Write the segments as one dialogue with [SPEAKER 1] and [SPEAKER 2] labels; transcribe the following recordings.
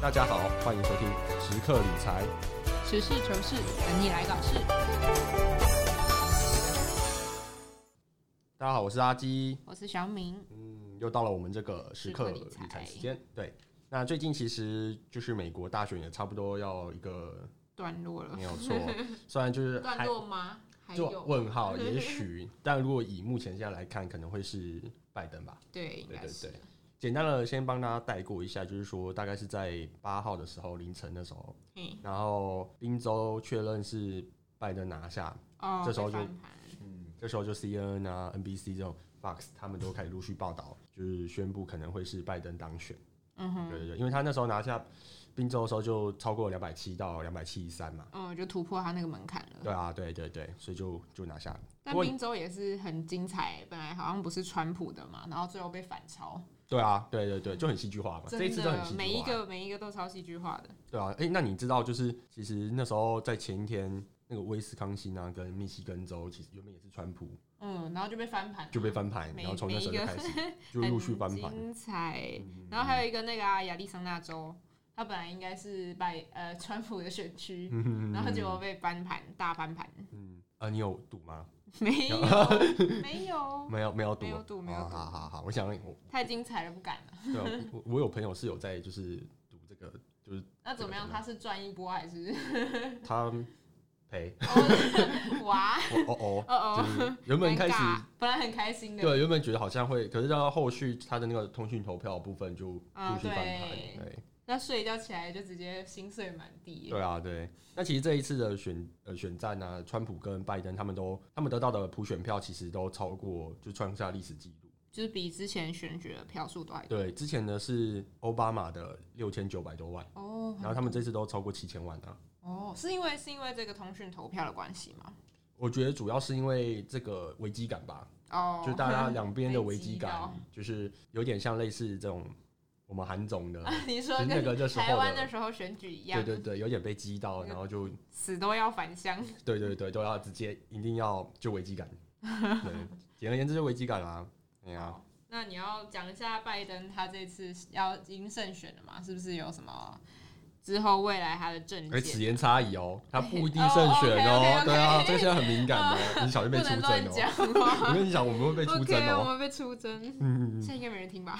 [SPEAKER 1] 大家好，欢迎收听时刻理财。
[SPEAKER 2] 实事求是，等你来搞事。
[SPEAKER 1] 大家好，我是阿基。
[SPEAKER 2] 我是小敏，
[SPEAKER 1] 嗯，又到了我们这个时刻理
[SPEAKER 2] 时刻理
[SPEAKER 1] 财
[SPEAKER 2] 财
[SPEAKER 1] 时间。对，那最近其实就是美国大选也差不多要一 个，
[SPEAKER 2] 段落了
[SPEAKER 1] 没，有错。虽然就是
[SPEAKER 2] 段
[SPEAKER 1] 还
[SPEAKER 2] 落吗？还
[SPEAKER 1] 就
[SPEAKER 2] 有，
[SPEAKER 1] 问号，也许，但如果以目前现在来看，可能会是拜登吧。
[SPEAKER 2] 对，应
[SPEAKER 1] 对
[SPEAKER 2] 该
[SPEAKER 1] 对
[SPEAKER 2] 是
[SPEAKER 1] 对。简单的先帮大家带过一下，就是说大概是在八号的时候凌晨的时候，
[SPEAKER 2] 嘿，
[SPEAKER 1] 然后宾州确认是拜登拿下，
[SPEAKER 2] 哦，
[SPEAKER 1] 这时候就嗯
[SPEAKER 2] 被翻盘
[SPEAKER 1] 这时候就 CNN 啊、NBC 这种 Fox 他们都开始陆续报道，就是宣布可能会是拜登当选。
[SPEAKER 2] 嗯哼，
[SPEAKER 1] 对对对，因为他那时候拿下宾州的时候就超过两百七到两百七十三嘛。
[SPEAKER 2] 嗯，就突破他那个门槛了。
[SPEAKER 1] 对啊，对对对，所以就就拿下了。
[SPEAKER 2] 但
[SPEAKER 1] 我
[SPEAKER 2] 宾州也是很精彩，本来好像不是川普的嘛，然后最后被反超，
[SPEAKER 1] 对啊，对对对，就很戏剧化嘛。这一次都很
[SPEAKER 2] 的
[SPEAKER 1] 戏剧化。
[SPEAKER 2] 每一个每一个都超戏剧化的。
[SPEAKER 1] 对啊，哎、那你知道就是其实那时候在前一天，那个威斯康星啊跟密西根州，其实原本也是川普
[SPEAKER 2] 嗯，然后就被翻盘了，
[SPEAKER 1] 就被翻盘，
[SPEAKER 2] 每
[SPEAKER 1] 然后从那时候就
[SPEAKER 2] 每一
[SPEAKER 1] 开
[SPEAKER 2] 个
[SPEAKER 1] 始就陆续翻盘 嗯
[SPEAKER 2] 很。精彩。然后还有一个那个啊，亚利桑那州，它本来应该是拜呃川普的选区，然后 结果被翻盘，大翻盘，
[SPEAKER 1] 嗯，啊，你有赌吗？
[SPEAKER 2] 没有，没有，
[SPEAKER 1] 没有，没有赌，
[SPEAKER 2] 没有赌没有
[SPEAKER 1] 哦
[SPEAKER 2] 赌
[SPEAKER 1] 好好好，我想我
[SPEAKER 2] 太精彩了，不敢了。
[SPEAKER 1] 对啊、我我有朋友是有在就是赌这个，就是
[SPEAKER 2] 那怎么样？
[SPEAKER 1] 这
[SPEAKER 2] 他是赚一波 还是？
[SPEAKER 1] 他赔
[SPEAKER 2] 哇
[SPEAKER 1] 哦哦哦，
[SPEAKER 2] 哦
[SPEAKER 1] 就
[SPEAKER 2] 哦，
[SPEAKER 1] 是原本
[SPEAKER 2] 尴
[SPEAKER 1] 开始
[SPEAKER 2] 尬本来很开心的，
[SPEAKER 1] 对原本觉得好像会，可是到后续他的那个通讯投票的部分就
[SPEAKER 2] 啊
[SPEAKER 1] 陆续翻盘，
[SPEAKER 2] 对
[SPEAKER 1] 对。
[SPEAKER 2] 那睡一觉起来就直接心碎满地耶。
[SPEAKER 1] 对啊，对。那其实这一次的选呃选战啊，川普跟拜登他们都他们得到的普选票其实都超过，就创下历史记录。
[SPEAKER 2] 就是比之前选举的票数都还多
[SPEAKER 1] 对，之前呢是奥巴马的六千九百多万，
[SPEAKER 2] 哦
[SPEAKER 1] 然后他们这次都超过七千万啊。
[SPEAKER 2] 哦，是因为是因为这个通讯投票的关系吗？
[SPEAKER 1] 我觉得主要是因为这个危机感吧，
[SPEAKER 2] 哦，
[SPEAKER 1] 就大家两边的危
[SPEAKER 2] 被
[SPEAKER 1] 机
[SPEAKER 2] 击
[SPEAKER 1] 感
[SPEAKER 2] 到，
[SPEAKER 1] 就是有点像类似这种我们韩总的，
[SPEAKER 2] 你说
[SPEAKER 1] 其实那
[SPEAKER 2] 跟
[SPEAKER 1] 个那时候
[SPEAKER 2] 台湾
[SPEAKER 1] 的
[SPEAKER 2] 那时候选 举一样，
[SPEAKER 1] 对对对，有点被激到，然后 就
[SPEAKER 2] 死都要返乡。
[SPEAKER 1] 对对对，都要直接一定要就危机 感。对，简而言之就危机感啦。哎呀、
[SPEAKER 2] 好那你要讲一下拜登他这次要已经胜选了嘛？是不是有什么之后未来他的政
[SPEAKER 1] 而此
[SPEAKER 2] 见？
[SPEAKER 1] 言差矣哦，他不一定胜选哦
[SPEAKER 2] 哦，，OK，OK，OK
[SPEAKER 1] 对啊，这个现在很敏感 哦，你小心
[SPEAKER 2] 不
[SPEAKER 1] 被出
[SPEAKER 2] 能
[SPEAKER 1] 征
[SPEAKER 2] 乱讲
[SPEAKER 1] 哦。我跟你讲，我们会 被出
[SPEAKER 2] OK，
[SPEAKER 1] 征
[SPEAKER 2] 我
[SPEAKER 1] 哦。
[SPEAKER 2] 们被出征，
[SPEAKER 1] 嗯，
[SPEAKER 2] 现在应该没人听吧？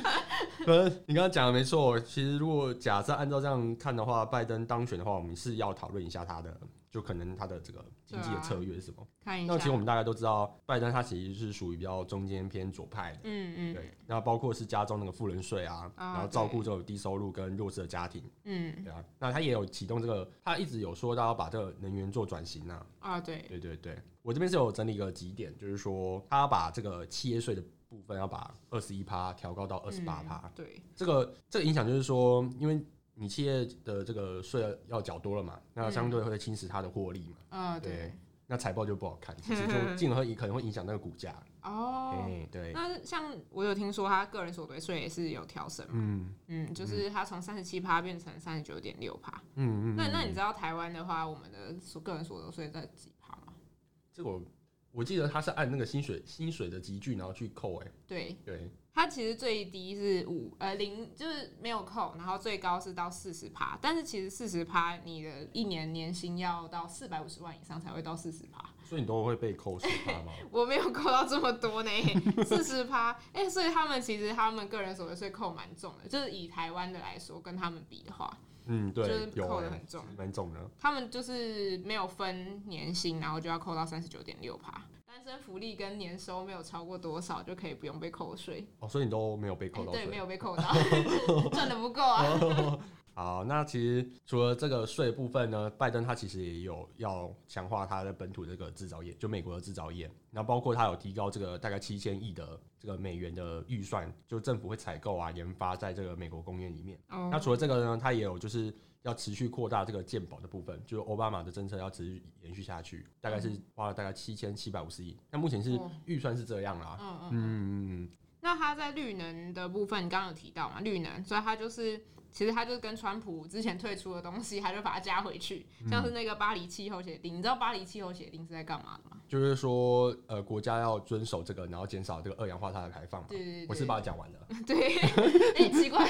[SPEAKER 1] 呃，你刚刚讲的没错。其实如果假设按照这样看的话，拜登当选的话，我们是要讨论一下他的，就可能他的这个经济的策略是什么。
[SPEAKER 2] 看一下
[SPEAKER 1] 那其实，我们大概都知道，拜登他其实是属于比较中间偏左派的。
[SPEAKER 2] 嗯嗯
[SPEAKER 1] 对，那包括是加重那个富人税啊，
[SPEAKER 2] 啊
[SPEAKER 1] 然后照顾这种低收入跟弱势的家庭，
[SPEAKER 2] 嗯
[SPEAKER 1] 对啊，那他也有启动这个，他一直有说到要把这个能源做转型啊，
[SPEAKER 2] 啊，对，
[SPEAKER 1] 对对对，我这边是有整理一个几点，就是说他要把这个企业税的部分要把二十一趴调高到二十八趴，
[SPEAKER 2] 嗯对，
[SPEAKER 1] 这个这个影响就是说，因为你企业的这个税要缴多了嘛，那相对会侵蚀它的获利嘛，
[SPEAKER 2] 啊对
[SPEAKER 1] 对，那财报就不好 看，其实就进而会可能会影响那个股价，哎、
[SPEAKER 2] 哦。
[SPEAKER 1] 对，
[SPEAKER 2] 那像我有听说他个人所得税也是有调升嘛，
[SPEAKER 1] 嗯
[SPEAKER 2] 嗯，就是他从三十七趴变成三十九点六趴。
[SPEAKER 1] 嗯嗯，
[SPEAKER 2] 那那
[SPEAKER 1] 嗯
[SPEAKER 2] 你知道台湾的话，我们的所个人所得税在几趴吗？
[SPEAKER 1] 这个我我记得他是按那个薪水薪水的集聚，然后去扣、欸，哎，
[SPEAKER 2] 对，
[SPEAKER 1] 对，
[SPEAKER 2] 它其实最低是五呃零，就是没有扣，然后最高是到四十趴，但是其实四十趴你的一年年薪要到四百五十万以上才会到四十趴，
[SPEAKER 1] 所以你都会被扣十趴 吗？
[SPEAKER 2] 我没有扣到这么多呢，四十趴，哎、所以他们其实他们个人所得税扣蛮重的，就是以台湾的来说跟他们比的话，
[SPEAKER 1] 嗯，对，
[SPEAKER 2] 就是
[SPEAKER 1] 有、
[SPEAKER 2] 扣
[SPEAKER 1] 欸，
[SPEAKER 2] 得很重
[SPEAKER 1] 蛮重的。
[SPEAKER 2] 他们就是没有分年薪，然后就要扣到三十九点六趴。单身福利跟年收没有超过多少就可以不用被扣税，
[SPEAKER 1] 哦，所以你都没有被扣
[SPEAKER 2] 哎
[SPEAKER 1] 到
[SPEAKER 2] 对，没
[SPEAKER 1] 税。
[SPEAKER 2] 有被 扣到，赚的不够啊。
[SPEAKER 1] 好，那其实除了这个税的部分呢，拜登他其实也有要强化他的本土这个制造业，就美国的制造业，然后包括他有提高这个大概七千亿的这个美元的预算，就政府会采购啊研发在这个美国工业里面。
[SPEAKER 2] 哦
[SPEAKER 1] 那除了这个呢，它也有就是要持续扩大这个健保的部分，就是奥巴马的政策要持续延续下去，大概是花了大概七千七百五十亿。那目前是
[SPEAKER 2] 哇
[SPEAKER 1] 预算是这样啦，
[SPEAKER 2] 嗯嗯。
[SPEAKER 1] 嗯，
[SPEAKER 2] 那它在绿能的部分，你刚刚有提到嘛？绿能，所以它就是其实他就是跟川普之前退出的东西，他就把它加回去，像是
[SPEAKER 1] 嗯
[SPEAKER 2] 那个巴黎气候协定。你知道巴黎气候协定是在干嘛的吗？
[SPEAKER 1] 就是说呃国家要遵守这个，然后减少这个二氧化碳的排放嘛。
[SPEAKER 2] 对对对，
[SPEAKER 1] 我是把它讲完了，
[SPEAKER 2] 对，哎、奇怪，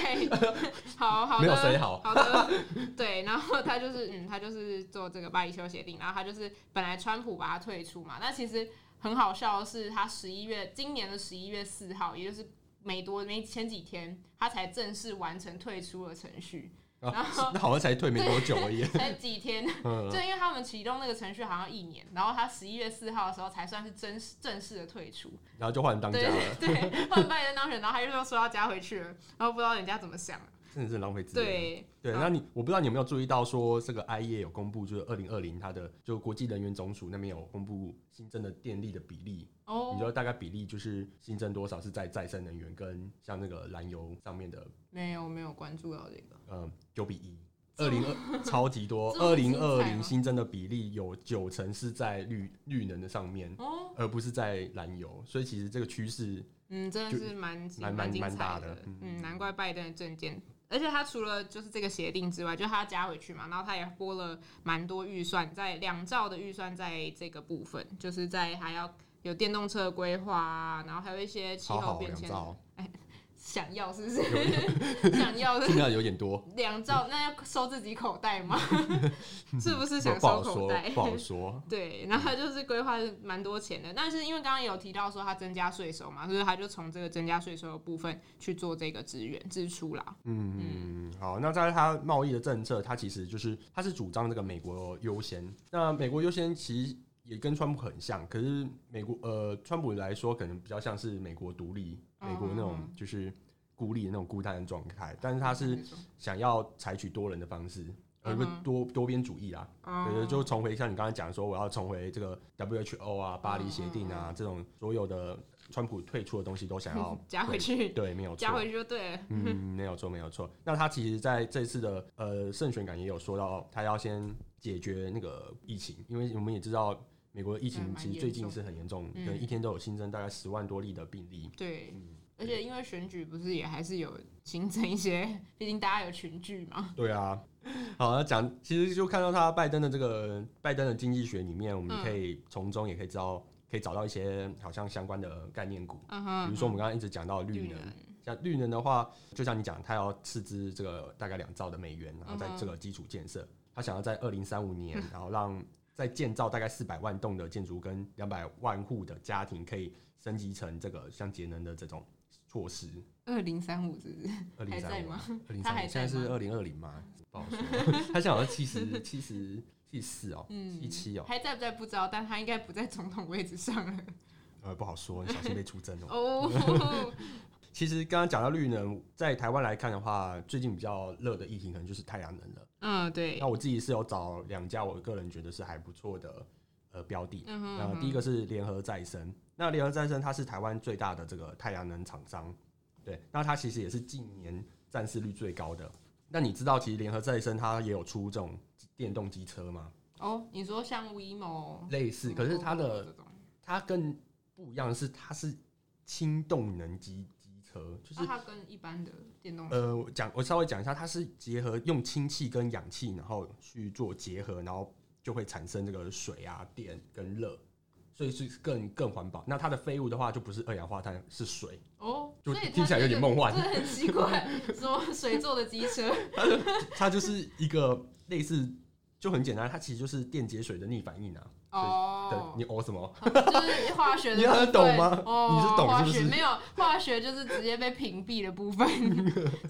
[SPEAKER 2] 好好的，
[SPEAKER 1] 没有谁好
[SPEAKER 2] 的，对，然后他就是，嗯，他就是做这个巴黎气候协定，然后他就是本来川普把他退出嘛，那其实很好笑的是，他十一月今年的十一月四号，也就是没多没前几天，他才正式完成退出的程序，
[SPEAKER 1] 啊
[SPEAKER 2] 然后
[SPEAKER 1] 那好像才退没多久而已。
[SPEAKER 2] 才几天，
[SPEAKER 1] 嗯，
[SPEAKER 2] 就因为他们启动那个程序好像一年，然后他十一月四号的时候才算是正式正式的退出，
[SPEAKER 1] 然后就换当家
[SPEAKER 2] 对
[SPEAKER 1] 了，
[SPEAKER 2] 对，换拜登当选，然后他又说要加回去了，然后不知道人家怎么想。
[SPEAKER 1] 真的是啊浪费资源。
[SPEAKER 2] 对，
[SPEAKER 1] 对，那你我不知道你有没有注意到，说这个 IEA 有公布，就是二零二零它的就国际能源总署那边有公布新增的电力的比例，你知
[SPEAKER 2] 哦，
[SPEAKER 1] 道大概比例就是新增多少是在再生能源跟像那个燃油上面的，
[SPEAKER 2] 没有没有关注到这个，
[SPEAKER 1] 呃，九比一。
[SPEAKER 2] 这
[SPEAKER 1] 二零 二超级多，
[SPEAKER 2] 哦这
[SPEAKER 1] 二
[SPEAKER 2] 么
[SPEAKER 1] 零
[SPEAKER 2] 精彩哦吗
[SPEAKER 1] 二零新增的比例有九成是在绿绿能的上面，
[SPEAKER 2] 哦，
[SPEAKER 1] 而不是在燃油，所以其实这个趋势
[SPEAKER 2] 嗯，真的
[SPEAKER 1] 就是
[SPEAKER 2] 蛮精
[SPEAKER 1] 蛮蛮
[SPEAKER 2] 精
[SPEAKER 1] 蛮大
[SPEAKER 2] 彩
[SPEAKER 1] 的嗯
[SPEAKER 2] 嗯，难怪拜登的政见。而且他除了就是这个协定之外，就他加回去嘛，然后他也拨了蛮多预算，在两兆的预算在这个部分，就是在还要有电动车的规划啊，然后还有一些气
[SPEAKER 1] 超
[SPEAKER 2] 候
[SPEAKER 1] 好
[SPEAKER 2] 变
[SPEAKER 1] 两
[SPEAKER 2] 迁，
[SPEAKER 1] 兆，
[SPEAKER 2] 想要是不是？ 想 要的
[SPEAKER 1] 尽量有点多，
[SPEAKER 2] 两兆，那要收自己口袋 吗？是不是想
[SPEAKER 1] 不
[SPEAKER 2] 收
[SPEAKER 1] 好
[SPEAKER 2] 口
[SPEAKER 1] 说
[SPEAKER 2] 袋？，
[SPEAKER 1] 不好说。
[SPEAKER 2] 对，然后他就是规划是蛮多钱的，但是因为刚刚有提到说他增加税收嘛，所以他就从这个增加税收的部分去做这个支援支出啦。
[SPEAKER 1] 嗯，好，那在它贸易的政策，它其实就是它是主张这个美国优先。那美国优先其实也跟川普很像，可是美国呃，川普来说可能比较像是美国独立，美国那种
[SPEAKER 2] 嗯
[SPEAKER 1] 就是孤立的那种孤单的状态，但是他是想要采取多人的方式，而不是
[SPEAKER 2] 嗯哼
[SPEAKER 1] 多多边主义啦。对对，
[SPEAKER 2] 嗯，
[SPEAKER 1] 就重回像你刚才讲说，我要重回这个 WHO 啊、巴黎协定
[SPEAKER 2] 嗯
[SPEAKER 1] 啊这种所有的川普退出的东西都想 要
[SPEAKER 2] 加回去，
[SPEAKER 1] 对，没有错。
[SPEAKER 2] 加回去就对了。
[SPEAKER 1] 嗯，没有错，没有错。那他其实在这次的呃胜选感也有说到，哦他要先解决那个疫情，因为我们也知道美国的疫情
[SPEAKER 2] 对
[SPEAKER 1] 其实
[SPEAKER 2] 蛮
[SPEAKER 1] 最
[SPEAKER 2] 严
[SPEAKER 1] 近
[SPEAKER 2] 重
[SPEAKER 1] 是很严重，
[SPEAKER 2] 嗯
[SPEAKER 1] 对，一天都有新增大概十万多例的病例。
[SPEAKER 2] 对，
[SPEAKER 1] 嗯，
[SPEAKER 2] 而且因为选举不是也还是有形成一些，毕竟大家有群聚嘛。
[SPEAKER 1] 对啊。好，那讲其实就看到他拜登的这个拜登的经济学里面，我们
[SPEAKER 2] 嗯
[SPEAKER 1] 可以从中也可以知道，可以找到一些好像相关的概念股，
[SPEAKER 2] 嗯
[SPEAKER 1] 比
[SPEAKER 2] 哼，
[SPEAKER 1] 如说我们刚刚一直讲到的绿能，像绿能的话，就像你讲，它要斥资这个大概两兆的美元，然后在
[SPEAKER 2] 嗯哼
[SPEAKER 1] 这个基础建设，它想要在二零三五年， 然后让再建造大概四百万栋的建筑跟两百万户的家庭可以升级成这个像节能的这种措施。
[SPEAKER 2] 二零三五是不是？
[SPEAKER 1] 二零
[SPEAKER 2] 还
[SPEAKER 1] 三
[SPEAKER 2] 在
[SPEAKER 1] 五
[SPEAKER 2] 吗，
[SPEAKER 1] 二零
[SPEAKER 2] 它
[SPEAKER 1] 三五，
[SPEAKER 2] 还
[SPEAKER 1] 现在
[SPEAKER 2] 在
[SPEAKER 1] 是
[SPEAKER 2] 吗
[SPEAKER 1] 二零二零嘛，不好说。 它现在好像七 十七十七四哦，七
[SPEAKER 2] 嗯，
[SPEAKER 1] 七哦，
[SPEAKER 2] 还在不在不知道，但他应该不在总统位置上 了。
[SPEAKER 1] 呃，不好说，你小心被出征哦。
[SPEAKER 2] 哦，
[SPEAKER 1] 其实刚刚讲到绿能，在台湾来看的话，最近比较热的议题可能就是太阳能了。
[SPEAKER 2] 嗯，对，
[SPEAKER 1] 那我自己是有找两家，我个人觉得是还不错的呃标的。
[SPEAKER 2] 嗯哼，
[SPEAKER 1] 呃，第一个是联合再生，那联合再生它是台湾最大的这个太阳能厂商，对，那它其实也是近年占市率最高的。那你知道，其实联合再生它也有出这种电动机车吗？
[SPEAKER 2] 哦，你说像 WeMo，
[SPEAKER 1] 类似，可是它的
[SPEAKER 2] 哦这种
[SPEAKER 1] 它更不一样的是，它是氢动能机机车，就是
[SPEAKER 2] 那啊它跟一般的电动车，
[SPEAKER 1] 呃，我讲我稍微讲一下，它是结合用氢气跟氧气，然后去做结合，然后就会产生这个水啊、电跟热，所以是更更环保。那它的废物的话，就不是二氧化碳，是水，
[SPEAKER 2] 哦，
[SPEAKER 1] 就
[SPEAKER 2] 所以它
[SPEAKER 1] 听起来有点梦幻
[SPEAKER 2] 这个很奇怪，什么水做的机 车，
[SPEAKER 1] 它就是一个类似。就很简单，它其实就是电解水的逆反应啊。对
[SPEAKER 2] 哦，
[SPEAKER 1] 你哦什么？
[SPEAKER 2] 就是化学的部
[SPEAKER 1] 你
[SPEAKER 2] 分，
[SPEAKER 1] 很懂吗
[SPEAKER 2] 哦，
[SPEAKER 1] 你是懂
[SPEAKER 2] 化
[SPEAKER 1] 是不
[SPEAKER 2] 学
[SPEAKER 1] 是
[SPEAKER 2] 没有化学就是直接被屏蔽的部 分，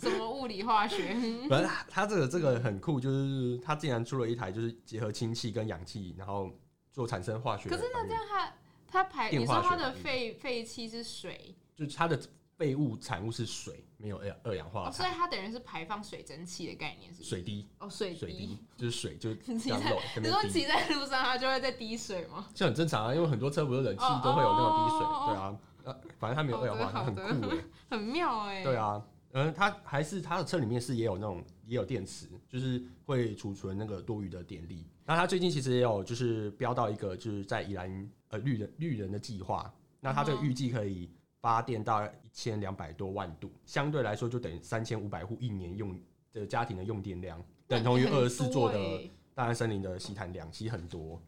[SPEAKER 2] 什么物理化学，
[SPEAKER 1] 反正它它这个这个很酷，就是它竟然出了一台，就是结合氢气跟氧气，然后做产生化学
[SPEAKER 2] 可
[SPEAKER 1] 的
[SPEAKER 2] 是
[SPEAKER 1] 反应。
[SPEAKER 2] 那这样它它排，
[SPEAKER 1] 电
[SPEAKER 2] 你
[SPEAKER 1] 化
[SPEAKER 2] 说
[SPEAKER 1] 学嗯
[SPEAKER 2] 它的
[SPEAKER 1] 反应
[SPEAKER 2] 废废气是水，
[SPEAKER 1] 就是它的废物产物是水，没有二二氧化
[SPEAKER 2] 哦，所
[SPEAKER 1] 碳，
[SPEAKER 2] 以它等于是排放水蒸气的概念是不是？
[SPEAKER 1] 水滴。
[SPEAKER 2] 哦，水
[SPEAKER 1] 水滴
[SPEAKER 2] 滴，
[SPEAKER 1] 就是水，就是
[SPEAKER 2] 你
[SPEAKER 1] 这样
[SPEAKER 2] 在
[SPEAKER 1] 漏，这
[SPEAKER 2] 你
[SPEAKER 1] 边
[SPEAKER 2] 说
[SPEAKER 1] 滴，
[SPEAKER 2] 骑在路上它就会在滴水吗？
[SPEAKER 1] 这很正常啊，因为很多车不是冷气
[SPEAKER 2] 哦
[SPEAKER 1] 都会有那种滴水，
[SPEAKER 2] 哦哦哦
[SPEAKER 1] 对啊，呃，反正它没有二氧化碳，
[SPEAKER 2] 好
[SPEAKER 1] 很
[SPEAKER 2] 的
[SPEAKER 1] 酷哎、
[SPEAKER 2] 很妙哎、
[SPEAKER 1] 对，啊，嗯，它还是它的车里面是也有那种也有电池，就是会储存那个多余的电力。那它最近其实也有就是标到一个就是在宜兰呃绿人绿人的计划，那它这个
[SPEAKER 2] 嗯
[SPEAKER 1] 预计可以发电到一千两百多万度，相对来说就等于三千五百户一年用的家庭的用电量等同于二十四座
[SPEAKER 2] 很多
[SPEAKER 1] 的
[SPEAKER 2] 欸
[SPEAKER 1] 大安森林的吸碳量，其实很多。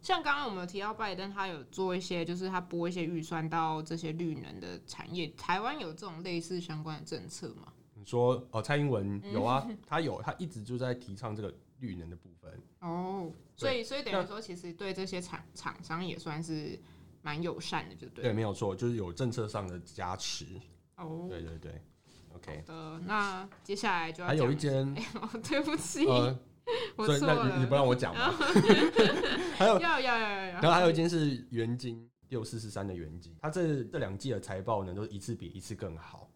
[SPEAKER 2] 像刚刚我们有提到拜登，他有做一些，就是他拨一些预算到这些绿能的产业。台湾有这种类似相关的政策吗？
[SPEAKER 1] 你说哦，蔡英文有啊，他有，他一直就在提倡这个绿能的部分。
[SPEAKER 2] 哦，所以所以等于说，其实对这些厂厂商也算是蛮友善的，就对
[SPEAKER 1] 对，
[SPEAKER 2] 了。
[SPEAKER 1] 没有错，就是有政策上的加持。
[SPEAKER 2] 哦，
[SPEAKER 1] 对对对，OK。
[SPEAKER 2] 好的，那接下来就要
[SPEAKER 1] 还有
[SPEAKER 2] 讲
[SPEAKER 1] 一间，
[SPEAKER 2] 哎呦， 对不起，
[SPEAKER 1] 呃，
[SPEAKER 2] 我
[SPEAKER 1] 所以
[SPEAKER 2] 错
[SPEAKER 1] 那你你不
[SPEAKER 2] 了。
[SPEAKER 1] 让我讲吗？ 还有，
[SPEAKER 2] 要要要要
[SPEAKER 1] 然
[SPEAKER 2] 要，
[SPEAKER 1] 后还有一间是元金六四四三的元金，它这这两季的财报呢，都是一次比一次更好。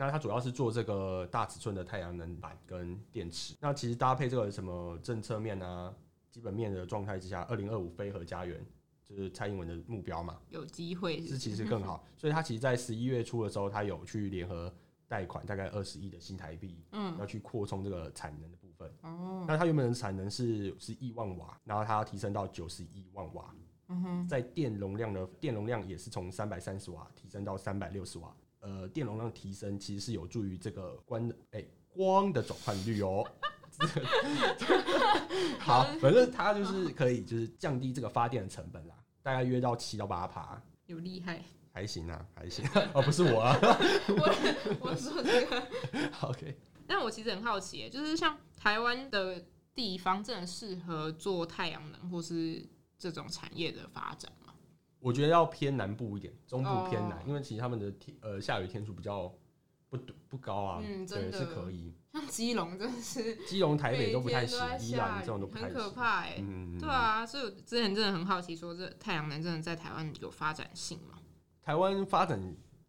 [SPEAKER 1] 那它主要是做这个大尺寸的太阳能板跟电池。那其实搭配这个什么政策面啊、基本面的状态之下，二零二五非核家园就是蔡英文的目标嘛。
[SPEAKER 2] 有机会
[SPEAKER 1] 是其实更好。所以他其实，在十一月初的时候，他有去联合贷款大概二十亿的新台币，
[SPEAKER 2] 嗯，
[SPEAKER 1] 要去扩充这个产能的部分。
[SPEAKER 2] 哦，
[SPEAKER 1] 那它原本的产能是十亿万瓦，然后它要提升到九十亿万瓦，
[SPEAKER 2] 嗯哼，
[SPEAKER 1] 在电容量的电容量也是从三百三十瓦提升到三百六十瓦。呃，电容量提升其实是有助于这个光哎、光的转换率哦。 好，反正它就是可以就是降低这个发电的成本啦，大概约到七到八趴。
[SPEAKER 2] 有厉害。
[SPEAKER 1] 还行啊，还行 哦，不是我啊。
[SPEAKER 2] 我我说 这个。
[SPEAKER 1] OK，
[SPEAKER 2] 但我其实很好奇耶，就是像台湾的地方，真的适合做太阳能或是这种产业的发展吗？
[SPEAKER 1] 我觉得要偏南部一点，中部偏南，
[SPEAKER 2] 哦
[SPEAKER 1] 因为其实他们的天呃下雨天数比较不不高啊，
[SPEAKER 2] 嗯
[SPEAKER 1] 对，
[SPEAKER 2] 真的
[SPEAKER 1] 是可以。
[SPEAKER 2] 像基隆真的是
[SPEAKER 1] 基隆、台北都不
[SPEAKER 2] 每
[SPEAKER 1] 太
[SPEAKER 2] 天
[SPEAKER 1] 行
[SPEAKER 2] 都在，
[SPEAKER 1] 宜
[SPEAKER 2] 下
[SPEAKER 1] 兰
[SPEAKER 2] 雨，
[SPEAKER 1] 这种都不太
[SPEAKER 2] 很
[SPEAKER 1] 行。
[SPEAKER 2] 可怕哎。
[SPEAKER 1] 嗯，嗯
[SPEAKER 2] 对。
[SPEAKER 1] 嗯
[SPEAKER 2] 啊，所以我之前真的很好奇说这太阳能真的在台湾有发展性吗？
[SPEAKER 1] 台湾发展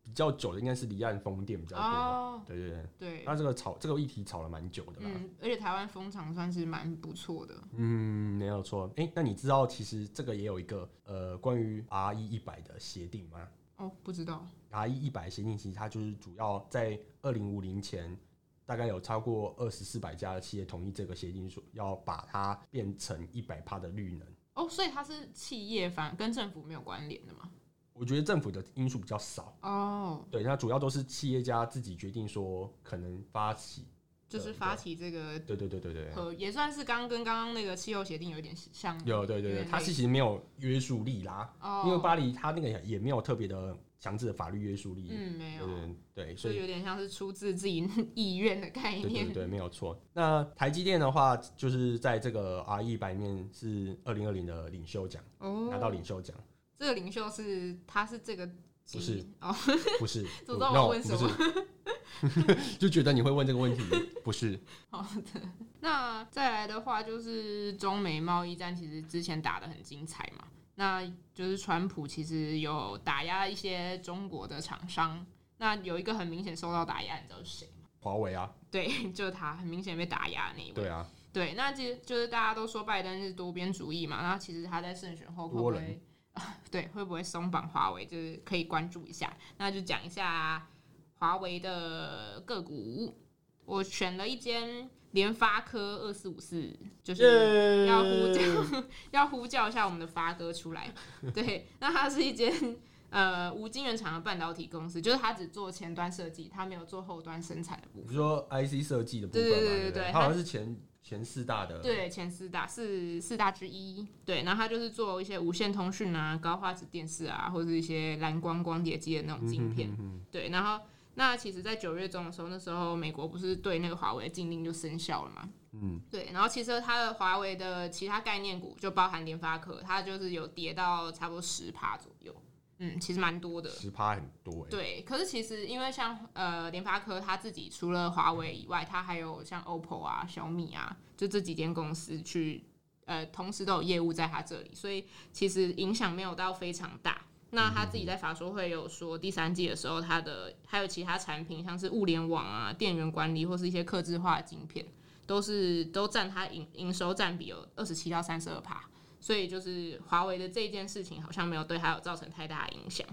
[SPEAKER 1] 比较久的应该是离岸风电比较多吧，啊
[SPEAKER 2] 哦，
[SPEAKER 1] 对对对。
[SPEAKER 2] 对，
[SPEAKER 1] 它这个炒这个议题炒了蛮久的啦，
[SPEAKER 2] 嗯，而且台湾风场算是蛮不错的。
[SPEAKER 1] 嗯，没有错。哎、那你知道其实这个也有一个呃关于 R E 一百的协定吗？
[SPEAKER 2] 哦，不知道，
[SPEAKER 1] 达一一百协定，其实它就是主要在二零五零前，大概有超过二十四百家的企业同意这个协定，说要把它变成一百帕的绿能。
[SPEAKER 2] 哦，所以它是企业反跟政府没有关联的嘛？
[SPEAKER 1] 我觉得政府的因素比较少，
[SPEAKER 2] 哦，
[SPEAKER 1] 对，那主要都是企业家自己决定说可能发起，
[SPEAKER 2] 就
[SPEAKER 1] 对
[SPEAKER 2] 是发
[SPEAKER 1] 呃对
[SPEAKER 2] 起这个
[SPEAKER 1] 对对对对对，
[SPEAKER 2] 和也算是刚跟刚刚那个气候协定有点像，
[SPEAKER 1] 有对对
[SPEAKER 2] 有
[SPEAKER 1] 对，
[SPEAKER 2] 点
[SPEAKER 1] 它
[SPEAKER 2] 类
[SPEAKER 1] 其实没有约束力啦，
[SPEAKER 2] 哦，
[SPEAKER 1] 因为巴黎它那个也没有特别的强制的法律约束力，
[SPEAKER 2] 嗯
[SPEAKER 1] 对
[SPEAKER 2] 没有，
[SPEAKER 1] 对对，所
[SPEAKER 2] 所以
[SPEAKER 1] 以
[SPEAKER 2] 有点像是出自自己 意愿的概
[SPEAKER 1] 对对
[SPEAKER 2] 念。
[SPEAKER 1] 对，没有错。那台积电的话，就是在这个 R E 版面是二零二零的领袖奖，
[SPEAKER 2] 哦，
[SPEAKER 1] 拿到领袖奖，
[SPEAKER 2] 这个领袖是他是这个
[SPEAKER 1] 不是
[SPEAKER 2] 集哦，
[SPEAKER 1] 不 是
[SPEAKER 2] 知道我
[SPEAKER 1] no，
[SPEAKER 2] 问什么
[SPEAKER 1] 不是， 就觉得你会问这个问题，不是？
[SPEAKER 2] 好的。那再来的话就是中美贸易战，其实之前打得很精彩嘛。那就是川普其实有打压一些中国的厂商，那有一个很明显受到打压，你知道是谁吗？
[SPEAKER 1] 华为啊，
[SPEAKER 2] 对， 就是他，很明显被打压的那一位。
[SPEAKER 1] 对啊，
[SPEAKER 2] 对，那其实就是大家都说拜登是多边主义嘛，那其实他在胜选后会不
[SPEAKER 1] 多
[SPEAKER 2] 会
[SPEAKER 1] 人
[SPEAKER 2] 对会不会松绑华为，就是可以关注一下。那就讲一下华为的个股，我选了一间联发科二四五四，就是要 呼叫 要呼叫一下我们的发哥出来。对，那它是一间呃无晶圆厂的半导体公司，就是它只做前端设计，它没有做后端生产的部分。
[SPEAKER 1] 你说 IC 设计的部分嘛，
[SPEAKER 2] 对对对
[SPEAKER 1] 对
[SPEAKER 2] 对
[SPEAKER 1] 不
[SPEAKER 2] 对
[SPEAKER 1] 它好像是前前四大的，
[SPEAKER 2] 对，前四大是四大之一。对，然后它就是做一些无线通讯啊、高画质电视啊，或者是一些蓝光光碟机的那种
[SPEAKER 1] 嗯
[SPEAKER 2] 镜片。
[SPEAKER 1] 嗯嗯
[SPEAKER 2] 对，然后那其实，在九月中的时候，那时候美国不是对那个华为的禁令就生效了嘛？
[SPEAKER 1] 嗯，
[SPEAKER 2] 对，然后其实它的华为的其他概念股就包含联发科，它就是有跌到差不多十趴左右。嗯，其实蛮多的。
[SPEAKER 1] 十趴很多哎，
[SPEAKER 2] 对，可是其实因为像呃联发科它自己除了华为以外，它还有像 OPPO 啊、小米啊，就这几间公司去呃同时都有业务在它这里，所以其实影响没有到非常大。那他自己在法说会有说，第三季的时候，它的还有其他产品，像是物联网啊、电源管理或是一些客制化的晶片，都是都占它营营收占比有二十七到三十二趴，所以就是华为的这件事情好像没有对它有造成太大的影响。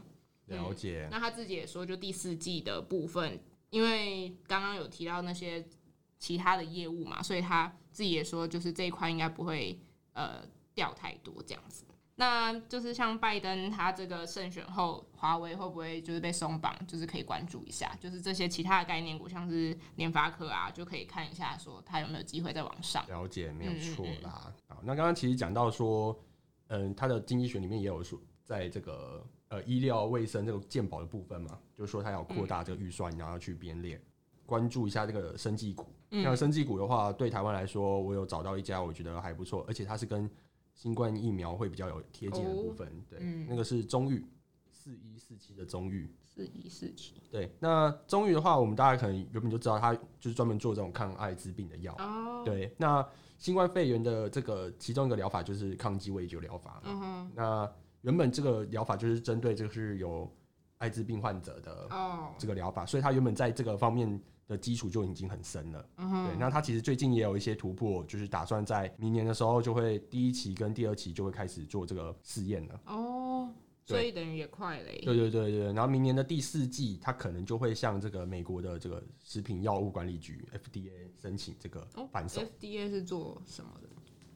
[SPEAKER 1] 了解，
[SPEAKER 2] 那他自己也说，就第四季的部分，因为刚刚有提到那些其他的业务嘛，所以他自己也说，就是这一块应该不会呃掉太多这样子。那就是像拜登他这个胜选后，华为会不会就是被松绑，就是可以关注一下，就是这些其他的概念股，像是联发科啊，就可以看一下说它有没有机会再往上。
[SPEAKER 1] 了解，没
[SPEAKER 2] 嗯
[SPEAKER 1] 有
[SPEAKER 2] 嗯
[SPEAKER 1] 错
[SPEAKER 2] 嗯
[SPEAKER 1] 啦。好，那刚刚其实讲到说，嗯，它的经济学里面也有说，在这个呃医疗卫生这个健保的部分嘛，就是说它要
[SPEAKER 2] 嗯
[SPEAKER 1] 扩大这个预算，然后要去编列，关注一下这个生技股。那
[SPEAKER 2] 嗯
[SPEAKER 1] 生技股的话，对台湾来说，我有找到一家我觉得还不错，而且它是跟新冠疫苗会比较有贴近的部
[SPEAKER 2] 哦
[SPEAKER 1] 分。对，
[SPEAKER 2] 嗯
[SPEAKER 1] 那个是中裕四一四七的中裕。
[SPEAKER 2] 四一四七
[SPEAKER 1] 对，那中裕的话，我们大家可能原本就知道，它就是专门做这种抗艾滋病的药。
[SPEAKER 2] 哦，
[SPEAKER 1] 对，那新冠肺炎的这个其中一个疗法就是抗击胃灸疗法。
[SPEAKER 2] 嗯哼，
[SPEAKER 1] 那原本这个疗法就是针对就是有艾滋病患者的
[SPEAKER 2] 哦，
[SPEAKER 1] 这个疗法，所以它原本在这个方面的基础就已经很深了。
[SPEAKER 2] 嗯
[SPEAKER 1] 对，
[SPEAKER 2] 哼，
[SPEAKER 1] 那它其实最近也有一些突破，就是打算在明年的时候就会第一期跟第二期就会开始做这个试验了。
[SPEAKER 2] 哦，所以等于也快嘞、
[SPEAKER 1] 对对对对，然后明年的第四季，它可能就会向这个美国的这个食品药物管理局 FDA 申请这个
[SPEAKER 2] 哦
[SPEAKER 1] 反手。
[SPEAKER 2] FDA 是做什么的？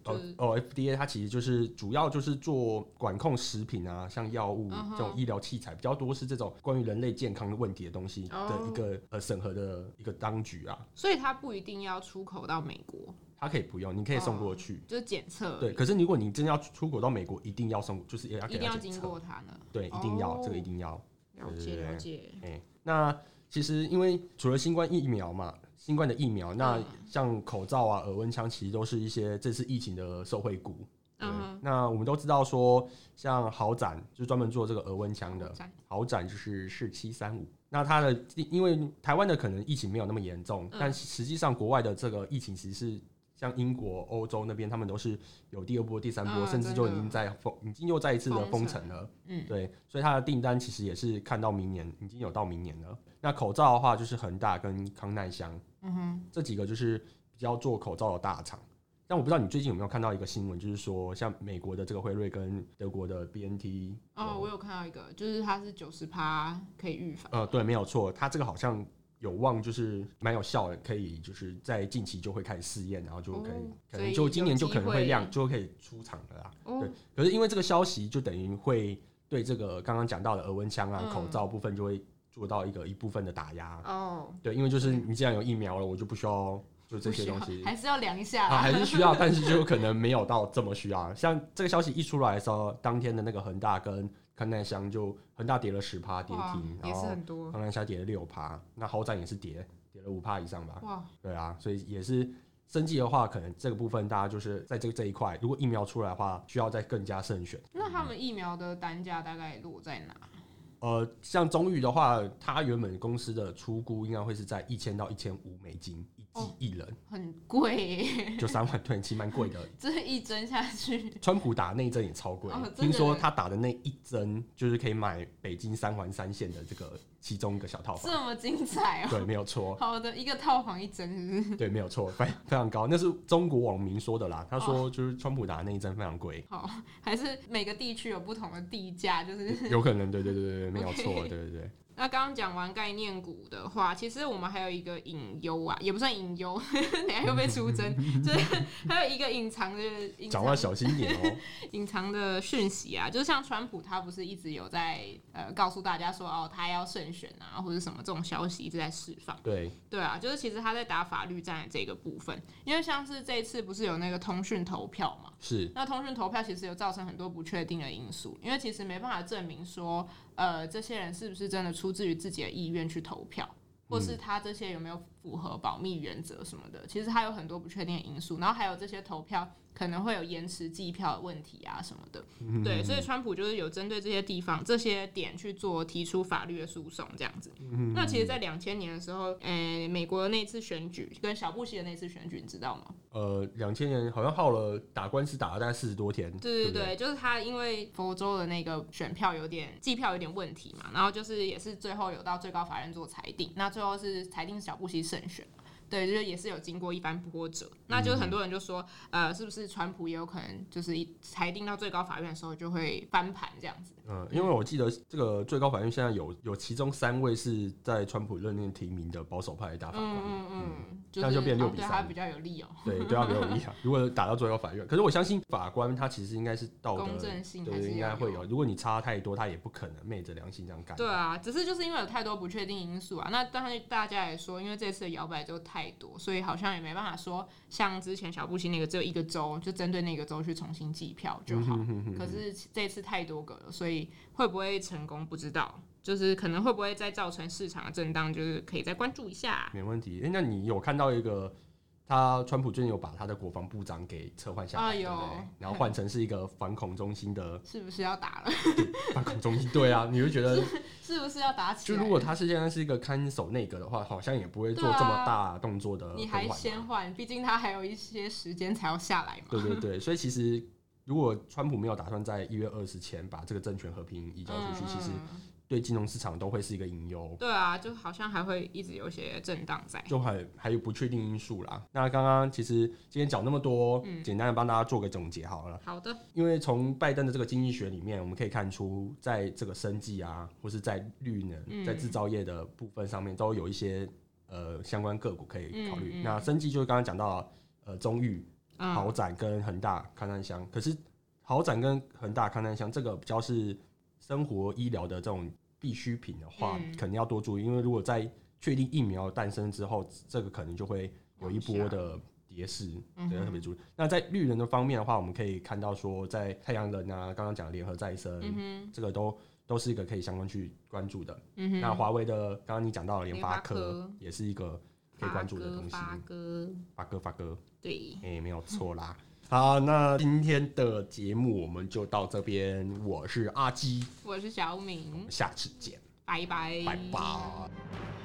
[SPEAKER 2] 就
[SPEAKER 1] 哦
[SPEAKER 2] 是
[SPEAKER 1] 哦，FDA 它其实就是主要就是做管控食品啊，像药物
[SPEAKER 2] 嗯哼
[SPEAKER 1] 这种医疗器材比较多是这种关于人类健康的问题的东西
[SPEAKER 2] 哦
[SPEAKER 1] 的一个呃审核的一个当局啊，
[SPEAKER 2] 所以它不一定要出口到美国，
[SPEAKER 1] 它可以不用，你可以送
[SPEAKER 2] 嗯
[SPEAKER 1] 过去。
[SPEAKER 2] 就是检测，
[SPEAKER 1] 对，，可是如果你真要出国到美国，一定要送，就是也要
[SPEAKER 2] 一
[SPEAKER 1] 给
[SPEAKER 2] 定
[SPEAKER 1] 它
[SPEAKER 2] 要
[SPEAKER 1] 检
[SPEAKER 2] 经
[SPEAKER 1] 测，
[SPEAKER 2] 过它呢。
[SPEAKER 1] 对，一定要，
[SPEAKER 2] 哦
[SPEAKER 1] 这个一定要。
[SPEAKER 2] 了解
[SPEAKER 1] 对
[SPEAKER 2] 了解，
[SPEAKER 1] 哎、那其实因为除了新冠疫苗嘛，新冠的疫苗，那
[SPEAKER 2] 嗯
[SPEAKER 1] 像口罩啊、耳温枪，其实都是一些这次疫情的受惠股。对
[SPEAKER 2] 嗯哼，
[SPEAKER 1] 那我们都知道说，像豪展就专门做这个额温枪的，
[SPEAKER 2] 赞
[SPEAKER 1] 豪展就是四七三五。那它的因为台湾的可能疫情没有那么严重，
[SPEAKER 2] 嗯
[SPEAKER 1] 但实际上国外的这个疫情其实是像英国、欧洲那边，他们都是有第二波、第三波，
[SPEAKER 2] 嗯
[SPEAKER 1] 甚至
[SPEAKER 2] 真
[SPEAKER 1] 就已
[SPEAKER 2] 的
[SPEAKER 1] 经在封，已经又再一次的封
[SPEAKER 2] 封
[SPEAKER 1] 城
[SPEAKER 2] 城
[SPEAKER 1] 了。
[SPEAKER 2] 嗯
[SPEAKER 1] 对，所以它的订单其实也是看到明年，已经有到明年了。那口罩的话，就是恒大跟康奈香，
[SPEAKER 2] 嗯哼，
[SPEAKER 1] 这几个就是比较做口罩的大厂。但我不知道你最近有没有看到一个新闻，就是说像美国的这个辉瑞跟德国的 B N T，
[SPEAKER 2] 哦，我有看到一个，就是它是九十趴可以预防，
[SPEAKER 1] 呃，对，没有错，它这个好像有望就是蛮有效的，可以就是在近期就会开始试验，然后就可以、
[SPEAKER 2] 哦
[SPEAKER 1] 可
[SPEAKER 2] 所
[SPEAKER 1] 能
[SPEAKER 2] 以
[SPEAKER 1] 就今年就可能
[SPEAKER 2] 有机
[SPEAKER 1] 会
[SPEAKER 2] 会
[SPEAKER 1] 量就可以出厂了啦。
[SPEAKER 2] 哦
[SPEAKER 1] 对，可是因为这个消息，就等于会对这个刚刚讲到的额温枪啊、
[SPEAKER 2] 嗯
[SPEAKER 1] 口罩部分就会做到一个一部分的打压。
[SPEAKER 2] 哦，
[SPEAKER 1] 对，因为就是你既然有疫苗了，我就不需要就这
[SPEAKER 2] 不
[SPEAKER 1] 些
[SPEAKER 2] 需要
[SPEAKER 1] 东西，
[SPEAKER 2] 还是要量一下
[SPEAKER 1] 啊，
[SPEAKER 2] 啦。
[SPEAKER 1] 还是需要，但是就可能没有到这么需要。像这个消息一出来的时候，当天的那个恒大跟康奈香就恒大跌了十趴跌
[SPEAKER 2] 哇
[SPEAKER 1] 停，，然
[SPEAKER 2] 也是
[SPEAKER 1] 后
[SPEAKER 2] 很多，
[SPEAKER 1] 康奈香跌了六趴，那豪展也是跌跌了五趴以上吧？
[SPEAKER 2] 哇，
[SPEAKER 1] 对啊，所以也是生计的话，可能这个部分大家就是在这个这一块，如果疫苗出来的话，需要再更加慎选。
[SPEAKER 2] 那他们疫苗的单价大概落在哪？
[SPEAKER 1] 呃，像中裕的话，它原本公司的出估应该会是在一千到一千五美金一剂
[SPEAKER 2] 哦
[SPEAKER 1] 一人，
[SPEAKER 2] 很贵耶，
[SPEAKER 1] 就三万对， 其实蛮贵的。
[SPEAKER 2] 这一针下去，
[SPEAKER 1] 川普打那一针也超贵，
[SPEAKER 2] 哦真的
[SPEAKER 1] 听说他打的那一针就是可以买北京三环三线的这个其中一个小套房。
[SPEAKER 2] 这么精彩哦。
[SPEAKER 1] 哦对，没有错，
[SPEAKER 2] 好的，一个套房一针是不是？
[SPEAKER 1] 对，没有错， 非非常高。那是中国网民说的啦，他说就是川普打的那一针非常贵，
[SPEAKER 2] 好，还是每个地区有不同的地价，就是
[SPEAKER 1] 有可能，对对对对对，没有错，
[SPEAKER 2] OK
[SPEAKER 1] 对对对，
[SPEAKER 2] 那刚刚讲完概念股的话，其实我们还有一个隐忧啊，也不算隐忧， 等一下又被出征，就是还有一个隐藏的隐
[SPEAKER 1] 讲话
[SPEAKER 2] 藏
[SPEAKER 1] 小心一点哦、
[SPEAKER 2] 隐藏的讯息啊，就像川普他不是一直有在呃告诉大家说哦他要胜选啊或者什么这种消息一直在释放。
[SPEAKER 1] 对，
[SPEAKER 2] 对啊，就是其实他在打法律战的这个部分，因为像是这一次不是有那个通讯投票嘛，
[SPEAKER 1] 是，
[SPEAKER 2] 那通讯投票其实有造成很多不确定的因素，因为其实没办法证明说，呃，这些人是不是真的出自于自己的意愿去投票，或是他这些有没有符合保密原则什么的。其实它有很多不确定的因素，然后还有这些投票可能会有延迟计票的问题啊什么的。对，所以川普就是有针对这些地方、这些点去做提出法律的诉讼这样子。那其实，在两千年的时候，呃，美国的那次选举跟小布希的那次选举，你知道吗？
[SPEAKER 1] 呃，两千年好像耗了打官司打了大概四十多天，
[SPEAKER 2] 对
[SPEAKER 1] 不
[SPEAKER 2] 对对，就是他因为佛州的那个选票有点计票有点问题嘛，然后就是也是最后有到最高法院做裁定，那最后是裁定小布希胜选嘛。对，就是也是有经过一番波折。那就是很多人就说，呃，是不是川普也有可能就是一裁定到最高法院的时候就会翻盘这样子？
[SPEAKER 1] 嗯，因为我记得这个最高法院现在有有其中三位是在川普任内提名的保守派大法官，
[SPEAKER 2] 嗯嗯嗯，就
[SPEAKER 1] 那
[SPEAKER 2] 是
[SPEAKER 1] 就变
[SPEAKER 2] 好
[SPEAKER 1] 六
[SPEAKER 2] 像
[SPEAKER 1] 比
[SPEAKER 2] 对
[SPEAKER 1] 三
[SPEAKER 2] 他比较有利哦、
[SPEAKER 1] 对对他没有影响。如果打到最高法院，可是我相信法官他其实应该是道德
[SPEAKER 2] 公正性还
[SPEAKER 1] 对
[SPEAKER 2] 是
[SPEAKER 1] 应该
[SPEAKER 2] 要
[SPEAKER 1] 会
[SPEAKER 2] 有
[SPEAKER 1] 有。如果你差太多，他也不可能昧着良心这样干。
[SPEAKER 2] 对啊，只是就是因为有太多不确定因素啊。那当然大家也说，因为这次的摇摆州太多，所以好像也没办法说像之前小布希那个只有一个州，就针对那个州去重新计票就
[SPEAKER 1] 嗯
[SPEAKER 2] 好。可是这次太多个了，所以会不会成功不知道，就是可能会不会再造成市场的震荡，就是可以再关注一下。
[SPEAKER 1] 没问题。哎、那你有看到一个他川普最近有把他的国防部长给撤换下来，
[SPEAKER 2] 啊
[SPEAKER 1] 对不
[SPEAKER 2] 有
[SPEAKER 1] 对？然后换成是一个反恐中心的
[SPEAKER 2] 是不是要打了？
[SPEAKER 1] 反恐中心，对啊，你会觉得
[SPEAKER 2] 是不是要打起
[SPEAKER 1] 就
[SPEAKER 2] 来？
[SPEAKER 1] 如果他是现在是一个看守内阁的话，好像也不会做
[SPEAKER 2] 对啊
[SPEAKER 1] 这么大动作的
[SPEAKER 2] 你
[SPEAKER 1] 更
[SPEAKER 2] 还
[SPEAKER 1] 换嘛
[SPEAKER 2] 先换，毕竟他还有一些时间才要下来嘛。
[SPEAKER 1] 对对对，所以其实如果川普没有打算在一月二十前把这个政权和平移交出去，其实
[SPEAKER 2] 嗯嗯
[SPEAKER 1] 对金融市场都会是一个隐忧，
[SPEAKER 2] 对啊，就好像还会一直有一些震荡在。
[SPEAKER 1] 就还还有不确定因素啦。那刚刚其实今天讲那么多，
[SPEAKER 2] 嗯
[SPEAKER 1] 简单的帮大家做个总结好了。
[SPEAKER 2] 好的，
[SPEAKER 1] 因为从拜登的这个经济学里面，我们可以看出，在这个生计啊，或是在绿能、
[SPEAKER 2] 嗯
[SPEAKER 1] 在制造业的部分上面，都有一些呃相关个股可以考虑。
[SPEAKER 2] 嗯嗯
[SPEAKER 1] 那生计就是刚刚讲到呃中裕、
[SPEAKER 2] 嗯，
[SPEAKER 1] 豪展跟恒大、康丹香，可是豪展跟恒大、康丹香这个比较是生活医疗的这种必需品的话，
[SPEAKER 2] 嗯
[SPEAKER 1] 可能要多注意，因为如果在确定疫苗诞生之后，这个可能就会有一波的跌势，
[SPEAKER 2] 嗯
[SPEAKER 1] 对，
[SPEAKER 2] 哼
[SPEAKER 1] 要特别注意。那在绿人的方面的话，我们可以看到说，在太阳能啊，刚刚讲的联合再生，
[SPEAKER 2] 嗯哼，
[SPEAKER 1] 这个都都是一个可以相关去关注的。
[SPEAKER 2] 嗯哼，
[SPEAKER 1] 那华为的刚刚你讲到的联
[SPEAKER 2] 联
[SPEAKER 1] 发
[SPEAKER 2] 发
[SPEAKER 1] 科
[SPEAKER 2] 科，
[SPEAKER 1] 也是一个可以关注的东西。
[SPEAKER 2] 发哥，
[SPEAKER 1] 发哥，发哥。
[SPEAKER 2] 对，
[SPEAKER 1] 哎、没有错啦。好，那今天的节目我们就到这边。我是阿基，
[SPEAKER 2] 我是小
[SPEAKER 1] 我
[SPEAKER 2] 敏
[SPEAKER 1] 们，下次见，
[SPEAKER 2] 拜拜，
[SPEAKER 1] 拜拜。